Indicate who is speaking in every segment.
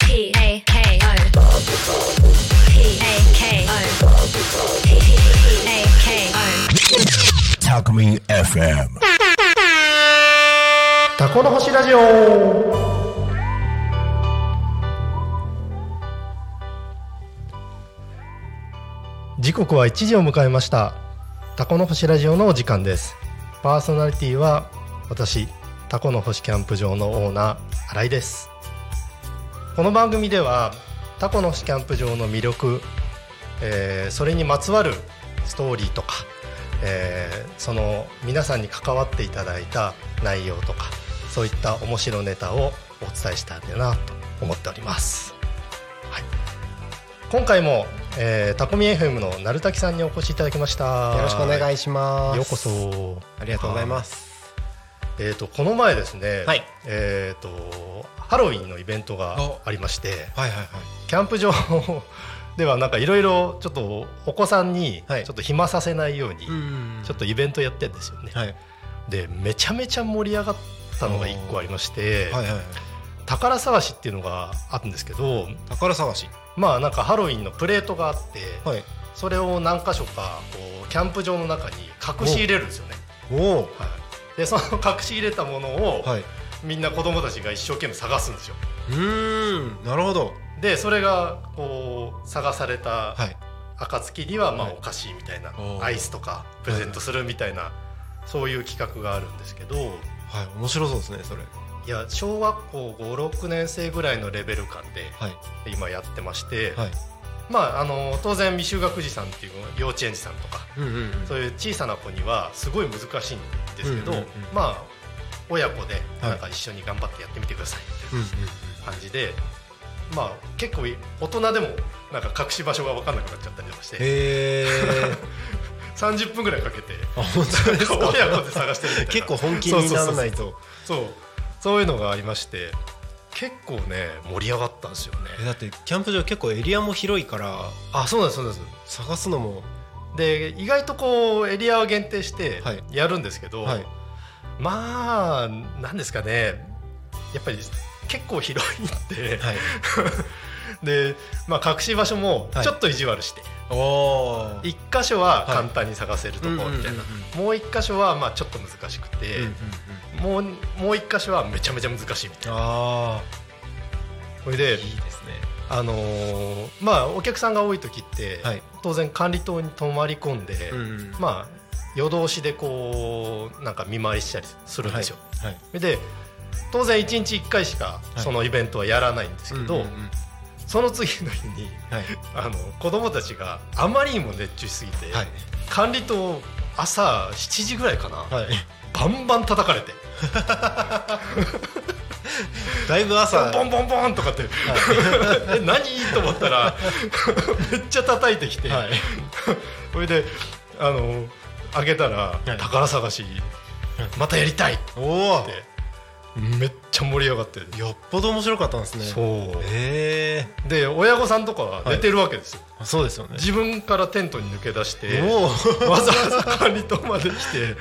Speaker 1: P A K O. P A K O. P A K O.
Speaker 2: Talk Me FM.
Speaker 3: タコの星ラジオ時刻は1時を迎えましたタコの星ラジオのお時間ですパーソナリティは私タコの星キャンプ場のオーナー新井ですこの番組ではタコの星キャンプ場の魅力、えーそれにまつわるストーリーとか、えーその皆さんに関わっていただいた内容とかそういった面白ネタをお伝えしたいなと思っております、はい、今回も、えー、タコミ FM の鳴滝さんにお越しいただきました
Speaker 4: よろしくお願いします。
Speaker 3: ようこ。そ
Speaker 4: ありがとうございます。
Speaker 3: えー、とこの前ですね、
Speaker 4: はい
Speaker 3: えー、とハロウィンのイベントがありまして
Speaker 4: はいはいはい。
Speaker 3: キャンプ場ではなんかいろいろちょっとお子さんにちょ
Speaker 4: は
Speaker 3: っ
Speaker 4: い
Speaker 3: と暇させないように
Speaker 4: ん
Speaker 3: ちょっとイベントやってんですよね。
Speaker 4: はい
Speaker 3: でめちゃめちゃ盛り上がったのが1個ありまして、
Speaker 4: はいはい。
Speaker 3: 宝探しっていうのがあるんですけど
Speaker 4: 宝探し。
Speaker 3: まあなんかハロウィンのプレートがあって、
Speaker 4: はい。
Speaker 3: それを何箇所かこうキャンプ場の中に隠し入れるんですよね。
Speaker 4: お
Speaker 3: は
Speaker 4: お。
Speaker 3: い、でその隠し入れたものを、
Speaker 4: はい。
Speaker 3: みんな子供たちが一生懸命探すんですよ
Speaker 4: うーん。なるほど。
Speaker 3: でそれがこう探された
Speaker 4: はい。
Speaker 3: 暁にはまあ
Speaker 4: はい
Speaker 3: お菓子みたいな、
Speaker 4: おー
Speaker 3: アイスとかプレゼントするみたいな、そういう企画があるんですけど
Speaker 4: はい。面白そうですね。それ。
Speaker 3: いや小学校56年生ぐらいのレベル感で
Speaker 4: はい。
Speaker 3: 今やってまして、
Speaker 4: はい。
Speaker 3: まああの当然未就学児さんっていう幼稚園児さんとか
Speaker 4: うんうんうん。
Speaker 3: そういう小さな子にはすごい難しいんですけど、
Speaker 4: うんうんうん
Speaker 3: まあ親子でなんか一緒に頑張ってやってみてくださいみたいな
Speaker 4: うんうん
Speaker 3: 感じで、まあ、結構大人でもなんか隠し場所が分かんなくなっちゃったりとかして
Speaker 4: へえ。
Speaker 3: 30分ぐらいかけて
Speaker 4: あ本当です
Speaker 3: なんか親
Speaker 4: か。
Speaker 3: 子で探してるみたいな
Speaker 4: 結構本気にならないと。
Speaker 3: そうそういうのがありまして結構ね盛り上がったんですよね
Speaker 4: えだってキャンプ場結構エリアも広いから
Speaker 3: あそうなんですそうなんです
Speaker 4: 探すのも
Speaker 3: で意外とこうエリアを限定して
Speaker 4: はい
Speaker 3: やるんですけど、
Speaker 4: はい
Speaker 3: まあなんですかねやっぱり結構広いんで、
Speaker 4: はい。
Speaker 3: で、まあ、隠し場所もちょっと意地悪して、
Speaker 4: お お。
Speaker 3: 一箇所は簡単に探せるところみたいな
Speaker 4: はいうんうん
Speaker 3: もう一箇所はまあちょっと難しくて、
Speaker 4: うんうんうん。
Speaker 3: もうもう一箇所はめちゃめちゃ難しいみたいな
Speaker 4: あ
Speaker 3: それで
Speaker 4: あ。いいですね。
Speaker 3: あのーまあお客さんが多い時って、
Speaker 4: はい
Speaker 3: 当然管理棟に泊まり込んで、
Speaker 4: うんうん。
Speaker 3: まあ夜通しでこうなんか見回りしたりするんですよ、
Speaker 4: はい。はい。
Speaker 3: それで当然1日1回しか
Speaker 4: い
Speaker 3: そのイベントはやらないんですけど、
Speaker 4: うんうんうん
Speaker 3: その次の日に
Speaker 4: はい。
Speaker 3: あの子供たちがあまりにも熱中しすぎて、
Speaker 4: はい。
Speaker 3: 管理棟朝7時ぐらいかな、
Speaker 4: はい。
Speaker 3: バンバン叩かれて
Speaker 4: だいぶ 朝。
Speaker 3: ボンボンボンとかって、 え何と思ったらめっちゃ叩いてきて、
Speaker 4: はい。
Speaker 3: それであの開けたら、
Speaker 4: はい
Speaker 3: 宝探しまたやりたいっ
Speaker 4: おお。
Speaker 3: てめっちゃ盛り上がって、
Speaker 4: よっぽど面白かったんですね。。
Speaker 3: そうう
Speaker 4: ええ
Speaker 3: で親御さんとかは寝てるわけですよ、
Speaker 4: あそうですよね。
Speaker 3: 自分からテントに抜け出して
Speaker 4: おお。
Speaker 3: わ
Speaker 4: は
Speaker 3: ざわざ管理棟まで来て
Speaker 4: い。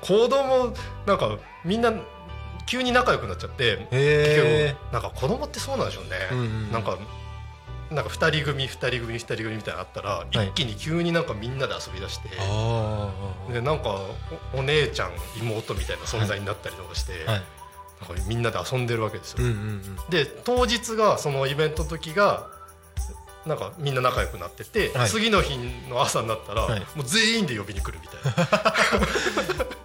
Speaker 3: 子供なんかみんな急に仲良くなっちゃって結局
Speaker 4: え
Speaker 3: なんか子供ってそうなんでしょうね、
Speaker 4: うんうん
Speaker 3: なんかなんか2人組2人組2人組みたいなのあったら、
Speaker 4: い
Speaker 3: 一気に急になんかみんなで遊びだして
Speaker 4: えあ
Speaker 3: でなんかおお姉ちゃん妹みたいな存在になったりとかして、
Speaker 4: あ。はい。
Speaker 3: なんかみんなで遊んでるわけですよ、
Speaker 4: うんうんうん。
Speaker 3: で当日がそのイベントの時がなんかみんな仲良くなってて、
Speaker 4: はい
Speaker 3: 次の日の朝になったら、
Speaker 4: はい
Speaker 3: もう全員で呼びに来るみ たい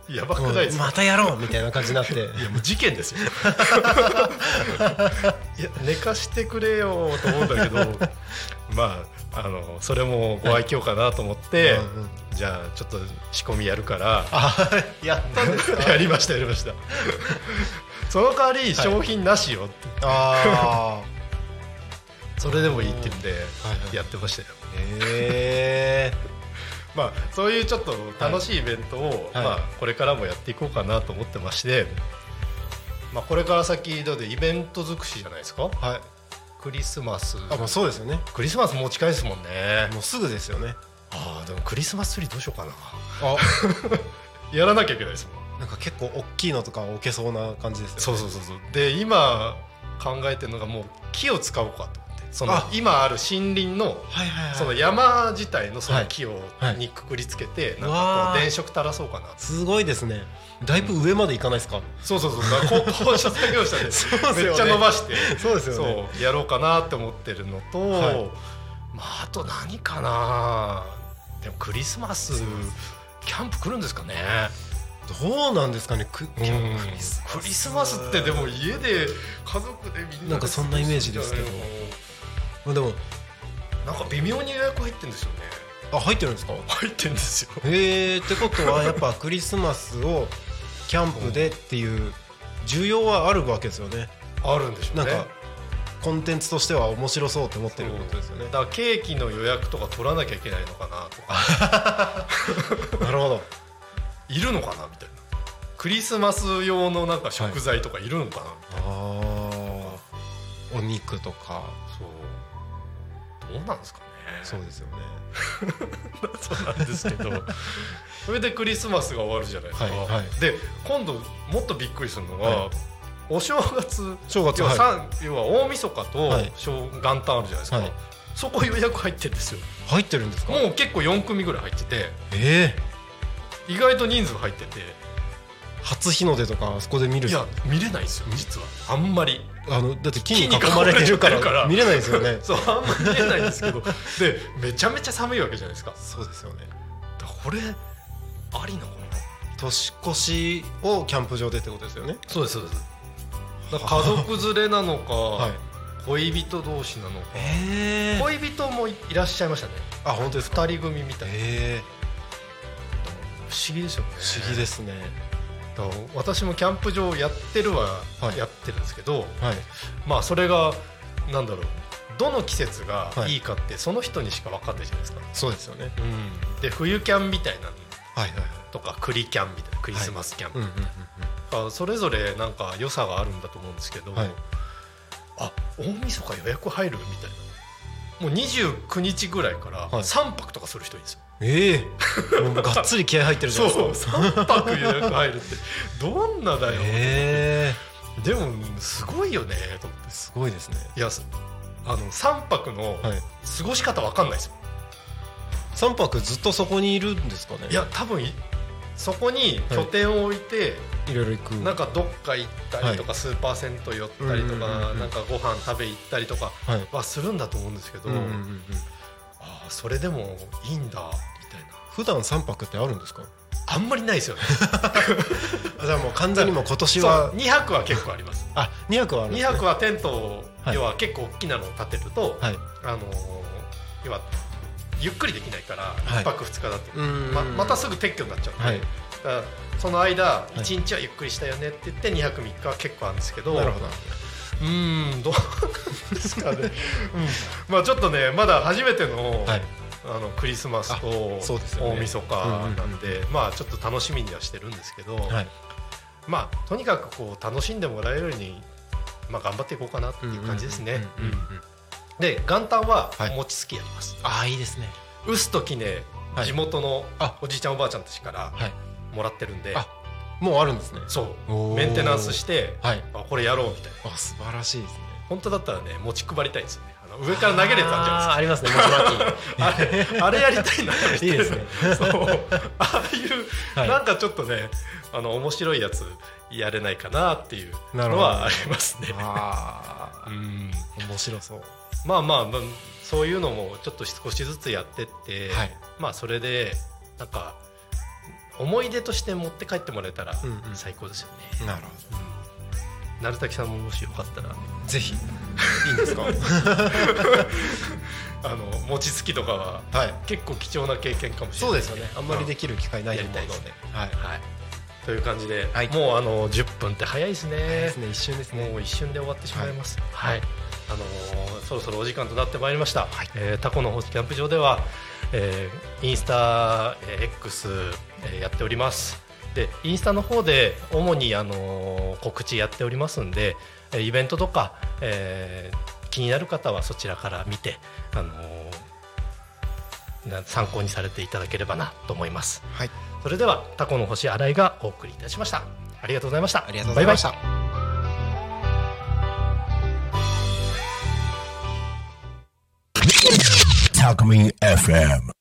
Speaker 3: なやばくないですか
Speaker 4: またやろうみたいな感じになって。
Speaker 3: いやもう事件ですよ いや寝かしてくれよと思うんだけど まああのそれもご愛嬌かなと思って、
Speaker 4: うんうん
Speaker 3: じゃあちょっと仕込みやるから
Speaker 4: あやったんです か。
Speaker 3: やりましたやりま したその代わり商品なしよって、
Speaker 4: あ
Speaker 3: それでもいいって言うんで
Speaker 4: はいはい
Speaker 3: やってましたよ、
Speaker 4: あ。ええ
Speaker 3: まあそういうちょっと楽しいイベントを、まあ、これからもやっていこうかなと思ってまして、まあ、これから先だってイベント尽くしじゃないですか
Speaker 4: はい。
Speaker 3: クリスマス
Speaker 4: あまあそうですよね。
Speaker 3: クリスマスもう近いですもんね
Speaker 4: もうすぐですよね。
Speaker 3: ああでもクリスマスツリーどうしようかな
Speaker 4: あ。
Speaker 3: やらなきゃいけないですもん
Speaker 4: なんか結構大きいのとか置けそうな感じですよね。
Speaker 3: そうそうそうそうで今考えてるのがもう木を使おうかと思ってその
Speaker 4: あ
Speaker 3: 今ある森林の
Speaker 4: はいはいはい
Speaker 3: その山自体のそ
Speaker 4: は
Speaker 3: の
Speaker 4: い
Speaker 3: 木を
Speaker 4: はい
Speaker 3: にくくりつけて、
Speaker 4: う
Speaker 3: な
Speaker 4: わ
Speaker 3: ん
Speaker 4: ー
Speaker 3: かこう電飾垂らそうかなって
Speaker 4: すごいですねだいぶ上まで行かないですか
Speaker 3: そうそうそうだからこうこうした作業者で
Speaker 4: そうですよね
Speaker 3: めっちゃ伸ばして
Speaker 4: そうで
Speaker 3: そうやろうかなって思ってるのと、
Speaker 4: はい
Speaker 3: まああと何かなでもクリスマスキャンプ来るんですかね
Speaker 4: どうなんですかねく
Speaker 3: うん
Speaker 4: クリス
Speaker 3: クリスマスってでも家で家族でみんなで
Speaker 4: なんかそんなイメージですけどまあでも
Speaker 3: なんか微妙に予約入ってんですよね
Speaker 4: あ入ってるんですか
Speaker 3: 入ってんですよ
Speaker 4: へえってことはやっぱクリスマスをキャンプでっていう需要はあるわけですよね
Speaker 3: あるんでしょう
Speaker 4: なん
Speaker 3: ね
Speaker 4: かコンテンツとしては面白そうって思ってるってことですよね
Speaker 3: だからケーキの予約とか取らなきゃいけないのかなとか
Speaker 4: なるほど
Speaker 3: いるのかなみたいなクリスマス用のなんか食材とかいるのかな、
Speaker 4: あーお肉とか
Speaker 3: そうどうなんですかね
Speaker 4: そうですよね
Speaker 3: そうなんですけど それでクリスマスが終わるじゃないですか、
Speaker 4: はいはい
Speaker 3: で今度もっとびっくりするのが、
Speaker 4: はい
Speaker 3: お正月
Speaker 4: 正月
Speaker 3: 要は,、
Speaker 4: は
Speaker 3: 要は大晦日と
Speaker 4: はい
Speaker 3: 正元旦あるじゃないですか、
Speaker 4: はい
Speaker 3: そこ予約入ってるんですよ
Speaker 4: 入ってるんですか
Speaker 3: もう結構4組ぐらい入ってて
Speaker 4: ええ
Speaker 3: 意外と人数入ってて
Speaker 4: 初日の出とかあそこで見る
Speaker 3: いや見れないんですよ実はあんまり
Speaker 4: あのだって木に
Speaker 3: 木に
Speaker 4: 囲まれてるか
Speaker 3: 囲まれてるから
Speaker 4: ら見れないですよね
Speaker 3: そうあんまり見れないんですけ どでめちゃめちゃ寒いわけじゃないですか
Speaker 4: そうですよね
Speaker 3: だからこれありなのかな
Speaker 4: 年越しをキャンプ場でってことですよね
Speaker 3: そうですそうですだから家族連れな のか、
Speaker 4: はい
Speaker 3: 恋人同士なのか
Speaker 4: え
Speaker 3: 恋人もいらっしゃいましたね
Speaker 4: あ本当ですか
Speaker 3: 二人組みたいな
Speaker 4: ええ
Speaker 3: 不思議ですよね
Speaker 4: 不思議ですね
Speaker 3: だから私もキャンプ場やってるは
Speaker 4: はい
Speaker 3: やってるんですけど、
Speaker 4: はい
Speaker 3: まあそれがなんだろうどの季節が
Speaker 4: はい
Speaker 3: いいかってその人にしか分かんないじゃないですか、
Speaker 4: そうですよね
Speaker 3: うん、で冬キャンみたいなの
Speaker 4: はいはいはい
Speaker 3: とか栗キャンみたいなクリスマスキャン、
Speaker 4: うんうんうん
Speaker 3: あそれぞれなんか良さがあるんだと思うんですけど、
Speaker 4: はい
Speaker 3: あ大晦日予約入るみたいなもう29日ぐらいから
Speaker 4: はい
Speaker 3: 3泊とかする人いるんですよ、
Speaker 4: ええもうがっつり気合入ってるじゃないですか
Speaker 3: そう3泊予約入るってどんなだよ、
Speaker 4: え
Speaker 3: でもすごいよねと思っ
Speaker 4: えすごいですね
Speaker 3: ていやすあの3泊の
Speaker 4: はい
Speaker 3: 過ごし方わかんないですよ
Speaker 4: 三泊ずっとそこにいるんですかね
Speaker 3: いや多分いそこに拠点を置いて、
Speaker 4: いろいろ行く
Speaker 3: なんかどっか行ったりとか、スーパー銭湯寄ったりと
Speaker 4: うんうんうん
Speaker 3: か、
Speaker 4: うん
Speaker 3: なんかご飯食べ行ったりとか
Speaker 4: はい
Speaker 3: はするんだと思うんですけど、
Speaker 4: うんうんうんうん
Speaker 3: ああそれでもいいんだみたいな
Speaker 4: 普段三泊ってあるんですか
Speaker 3: あんまりない ですよね
Speaker 4: じゃあもう完全にもう今年
Speaker 3: そう
Speaker 4: は
Speaker 3: 2泊は結構あり ます
Speaker 4: あ二泊はあるんで
Speaker 3: 2
Speaker 4: すね
Speaker 3: 泊はテントを、
Speaker 4: はい
Speaker 3: 要は結構大きなのを建てると、
Speaker 4: はい
Speaker 3: あのー要はゆっくりできないから
Speaker 4: は
Speaker 3: 1
Speaker 4: い
Speaker 3: 泊2日だと、
Speaker 4: うん
Speaker 3: ままたすぐ撤去になっちゃうんで、
Speaker 4: はい
Speaker 3: だからその間
Speaker 4: い
Speaker 3: 1日はゆっくりしたよねって言って2泊3日は結構あるんですけど
Speaker 4: なるほど
Speaker 3: うーんどうなんですか ね、うん、まあちょっとねまだ初めての,、
Speaker 4: はい
Speaker 3: あのクリスマスと
Speaker 4: あそうですよね
Speaker 3: 大晦日なんでまあちょっと楽しみにはしてるんですけど、
Speaker 4: はい
Speaker 3: まあとにかくこう楽しんでもらえるように、まあ、頑張っていこうかなっていう感じですね。
Speaker 4: うんうんうんうん
Speaker 3: で元旦は
Speaker 4: はい
Speaker 3: 餅つきやります、
Speaker 4: ああいいですね
Speaker 3: うすときね
Speaker 4: はい
Speaker 3: 地元の
Speaker 4: あ
Speaker 3: おじいちゃんおばあちゃんたちから
Speaker 4: はい
Speaker 3: もらってるんで、
Speaker 4: あもうあるんですね
Speaker 3: そう
Speaker 4: おー
Speaker 3: メンテナンスして、
Speaker 4: はい
Speaker 3: あこれやろうみたいな
Speaker 4: あ素晴らしいですね
Speaker 3: 本当だったらね持ち配りたいんですよねあの上から投げれたんじ
Speaker 4: あー
Speaker 3: ゃ
Speaker 4: ありますねもち
Speaker 3: ないですかあれあれやりたいな
Speaker 4: いいですね
Speaker 3: そうああいう、
Speaker 4: はい
Speaker 3: なんかちょっとねあの面白いやつやれないかなっていう
Speaker 4: な
Speaker 3: の
Speaker 4: るほど
Speaker 3: はありますね
Speaker 4: ろん あ
Speaker 3: う
Speaker 4: あ
Speaker 3: ん
Speaker 4: 面白そう
Speaker 3: まあまあまあそういうのもちょっと少しずつやってって、
Speaker 4: はい
Speaker 3: まあそれでなんか思い出として持って帰ってもらえたら
Speaker 4: うんうん
Speaker 3: 最高ですよね、
Speaker 4: なるほ
Speaker 3: 鳴滝さんももしよかったら
Speaker 4: どぜひいいんですか は
Speaker 3: あの餅つきとかはい結構貴重な経験かもしれ
Speaker 4: そう
Speaker 3: ない
Speaker 4: ですよねあんまりできる機会ないと思うので
Speaker 3: やりたいで
Speaker 4: はい
Speaker 3: はい、という感じで、
Speaker 4: はい
Speaker 3: もうあの10分って早いですね
Speaker 4: ですね一瞬ですね
Speaker 3: もう一瞬で終わってしまいますはい、あのーそろそろお時間となってまいりました、えータコの星キャンプ場では、えーインスタ、えー X、えーやっておりますでインスタの方で主に、あのー告知やっておりますんでえーイベントとか、えー気になる方はそちらから見て、あのーな参考にされていただければなと思います
Speaker 4: はい
Speaker 3: それではタコの星新井がお送りいたしましたありがとうございました
Speaker 4: ありがとうございました
Speaker 3: バイバイ
Speaker 2: Talk Me FM.